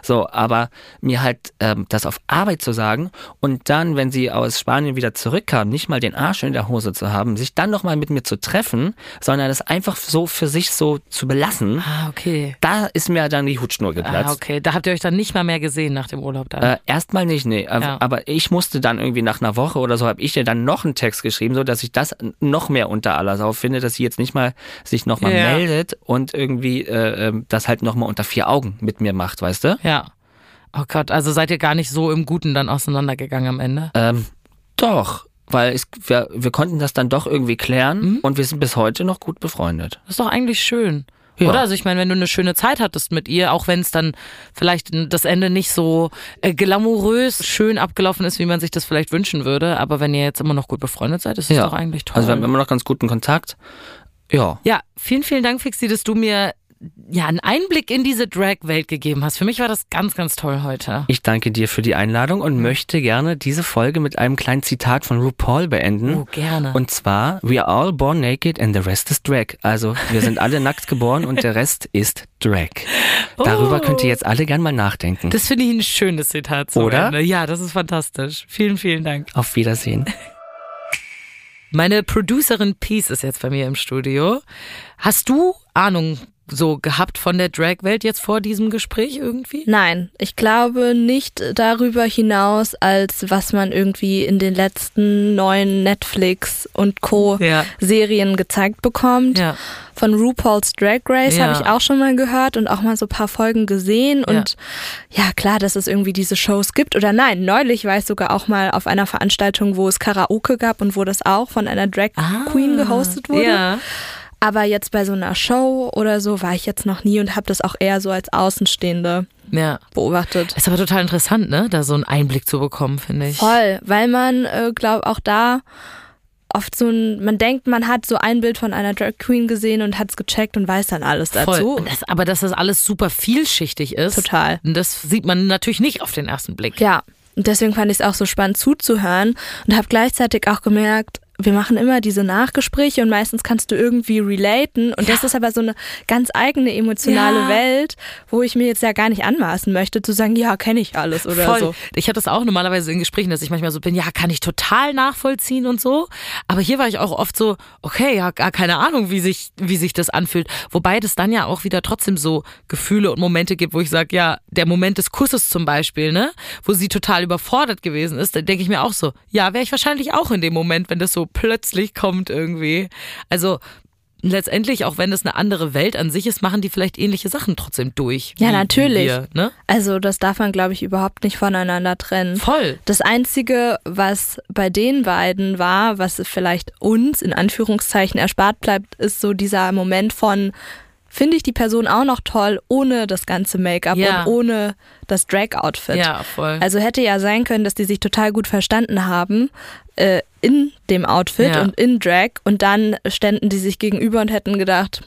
E: So, aber mir halt ähm, das auf Arbeit zu sagen und dann, wenn sie aus Spanien wieder zurückkam, nicht mal den Arsch in der Hose zu haben, sich dann nochmal mit mir zu treffen, sondern das einfach so für sich so zu belassen,
A: Ah, okay.
E: da ist mir dann die Hutschnur geplatzt.
A: Ah, okay. Da habt ihr euch dann nicht mal mehr gesehen nach dem Urlaub dann.
E: Äh, erstmal nicht, nee. Aber,
A: Ja.
E: aber ich musste dann irgendwie nach einer Woche oder so, habe ich ihr dann noch einen Text geschrieben, so dass ich das noch mehr unter aller Sau finde, dass sie jetzt nicht mal sich nochmal
A: Ja.
E: meldet und irgendwie äh, ähm, das halt nochmal unter vier Augen mit mir macht, weißt du?
A: Ja. Oh Gott, also seid ihr gar nicht so im Guten dann auseinandergegangen am Ende?
E: Ähm, doch, weil es, wir, wir konnten das dann doch irgendwie klären
A: Mhm.
E: und wir sind bis heute noch gut befreundet.
A: Das ist doch eigentlich schön.
E: Ja.
A: Oder? Also ich meine, wenn du eine schöne Zeit hattest mit ihr, auch wenn es dann vielleicht das Ende nicht so äh, glamourös schön abgelaufen ist, wie man sich das vielleicht wünschen würde, aber wenn ihr jetzt immer noch gut befreundet seid, ist es doch eigentlich toll.
E: Also wir haben immer noch ganz guten Kontakt. Ja.
A: ja, vielen, vielen Dank, Fixi, dass du mir ja einen Einblick in diese Drag-Welt gegeben hast. Für mich war das ganz, ganz toll heute.
E: Ich danke dir für die Einladung
A: Mhm.
E: und möchte gerne diese Folge mit einem kleinen Zitat von RuPaul beenden.
A: Oh, gerne.
E: Und zwar, we are all born naked and the rest is drag. Also, wir sind alle nackt geboren und der Rest ist drag. Darüber könnt ihr jetzt alle gern mal nachdenken.
A: Oh. das finde ich ein schönes Zitat zum
E: Oder?
A: Ende. Ja, das ist fantastisch. Vielen, vielen Dank.
E: Auf Wiedersehen.
A: Meine Producerin Peace ist jetzt bei mir im Studio. Hast du Ahnung so gehabt von der Drag-Welt jetzt vor diesem Gespräch irgendwie?
F: Nein, ich glaube nicht darüber hinaus, als was man irgendwie in den letzten neuen Netflix und Co.
A: Ja.
F: Serien gezeigt bekommt.
A: Ja.
F: Von RuPaul's Drag Race
A: Ja.
F: habe ich auch schon mal gehört und auch mal so ein paar Folgen gesehen.
A: Ja.
F: Und ja, klar, dass es irgendwie diese Shows gibt. Oder nein, neulich war ich sogar auch mal auf einer Veranstaltung, wo es Karaoke gab und wo das auch von einer Drag Ah. Queen gehostet wurde.
A: Ah. Ja.
F: Aber jetzt bei so einer Show oder so war ich jetzt noch nie und habe das auch eher so als Außenstehende
A: Ja.
F: beobachtet.
A: Ist aber total interessant, ne? Da so einen Einblick zu bekommen, finde ich.
F: Voll, weil man, äh, glaube auch da oft so ein, man denkt, man hat so ein Bild von einer Drag Queen gesehen und hat's gecheckt und weiß dann alles dazu.
A: Voll. Das, aber dass das alles super vielschichtig ist,
F: Total.
A: das sieht man natürlich nicht auf den ersten Blick.
F: Ja, und deswegen fand ich es auch so spannend zuzuhören und habe gleichzeitig auch gemerkt, wir machen immer diese Nachgespräche und meistens kannst du irgendwie relaten und das ist aber so eine ganz eigene emotionale
A: Ja.
F: Welt, wo ich mir jetzt ja gar nicht anmaßen möchte zu sagen, ja, kenne ich alles oder
A: Voll.
F: so.
A: Ich hatte das auch normalerweise in Gesprächen, dass ich manchmal so bin, ja, kann ich total nachvollziehen und so. Aber hier war ich auch oft so, okay, ja, gar keine Ahnung, wie sich, wie sich das anfühlt. Wobei das dann ja auch wieder trotzdem so Gefühle und Momente gibt, wo ich sage, ja, der Moment des Kusses zum Beispiel, ne, wo sie total überfordert gewesen ist, da denke ich mir auch so, ja, wäre ich wahrscheinlich auch in dem Moment, wenn das so plötzlich kommt irgendwie. Also, Letztendlich, auch wenn das eine andere Welt an sich ist, machen die vielleicht ähnliche Sachen trotzdem durch.
F: Ja,
A: wie- wie
F: natürlich.
A: wir, ne?
F: Also das darf man, glaube ich, überhaupt nicht voneinander trennen.
A: Voll.
F: Das Einzige, was bei den beiden war, was vielleicht uns in Anführungszeichen erspart bleibt, ist so dieser Moment von, finde ich die Person auch noch toll, ohne das ganze Make-up
A: Ja.
F: und ohne das Drag-Outfit.
A: Ja, voll.
F: Also hätte ja sein können, dass die sich total gut verstanden haben äh, in dem Outfit
A: Ja.
F: und in Drag und dann ständen die sich gegenüber und hätten gedacht,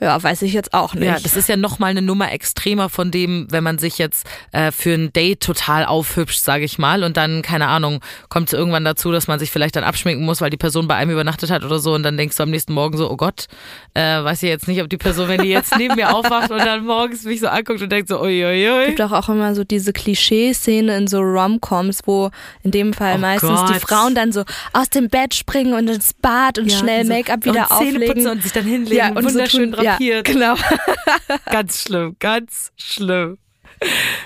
F: Ja, weiß ich jetzt auch nicht.
A: Ja, das ist ja nochmal eine Nummer extremer von dem, wenn man sich jetzt äh, für ein Date total aufhübscht, sage ich mal, und dann, keine Ahnung, kommt es irgendwann dazu, dass man sich vielleicht dann abschminken muss, weil die Person bei einem übernachtet hat oder so und dann denkst du am nächsten Morgen so, oh Gott, äh, weiß ich jetzt nicht, ob die Person, wenn die jetzt neben mir aufwacht und dann morgens mich so anguckt und denkt so, uiuiui.
F: gibt doch auch immer so diese Klischee-Szene in so Rom-Coms, wo in dem Fall
A: Oh
F: meistens die
A: Gott.
F: Frauen dann so aus dem Bett springen und ins Bad und schnell
A: so-
F: Make-up wieder
A: und Zähne
F: auflegen.
A: putzen und sich dann hinlegen,
F: ja, und
A: wunderschön
F: so tun,
A: drapiert.
F: Ja, genau.
A: Ganz schlimm, ganz schlimm.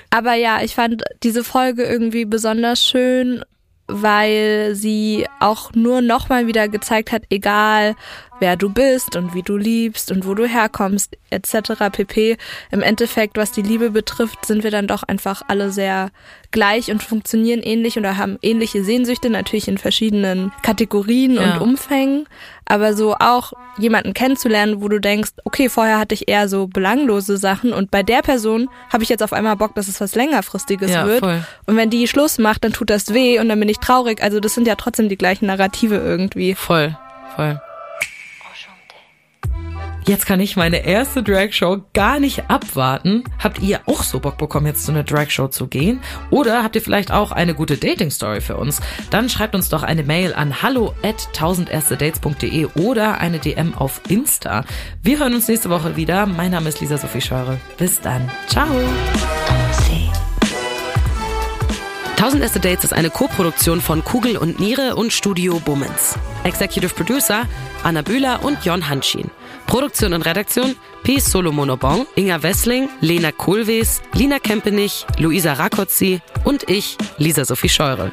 F: Aber ja, ich fand diese Folge irgendwie besonders schön, weil sie auch nur nochmal wieder gezeigt hat, egal wer du bist und wie du liebst und wo du herkommst, etc. pp. Im Endeffekt, was die Liebe betrifft, sind wir dann doch einfach alle sehr gleich und funktionieren ähnlich oder haben ähnliche Sehnsüchte, natürlich in verschiedenen Kategorien
A: Ja.
F: und Umfängen. Aber so auch jemanden kennenzulernen, wo du denkst, okay, vorher hatte ich eher so belanglose Sachen und bei der Person habe ich jetzt auf einmal Bock, dass es was längerfristiges
A: Ja,
F: wird.
A: voll.
F: Und wenn die Schluss macht, dann tut das weh und dann bin ich traurig. Also das sind ja trotzdem die gleichen Narrative irgendwie.
A: Voll, voll. Jetzt kann ich meine erste Drag-Show gar nicht abwarten. Habt ihr auch so Bock bekommen, jetzt zu einer Drag-Show zu gehen? Oder habt ihr vielleicht auch eine gute Dating-Story für uns? Dann schreibt uns doch eine Mail an hallo at 1000erstedates.de oder eine DM auf Insta. Wir hören uns nächste Woche wieder. Mein Name ist Lisa-Sophie Schöre. Bis dann. Ciao.
G: 1000 Erste Dates ist eine Co-Produktion von Kugel und Niere und Studio Bummens. Executive Producer Anna Bühler und Jon Hanschin. Produktion und Redaktion P. Solomonobong, Inga Wessling, Lena Kohlwees, Lina Kempenich, Luisa Rakotzi und ich, Lisa-Sophie Scheurel.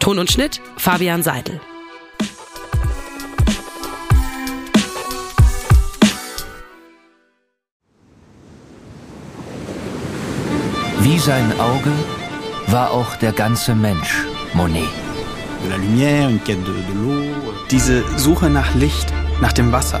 G: Ton und Schnitt Fabian Seidel.
B: Wie sein Auge war auch der ganze Mensch Monet.
H: Diese Suche nach Licht, nach dem Wasser,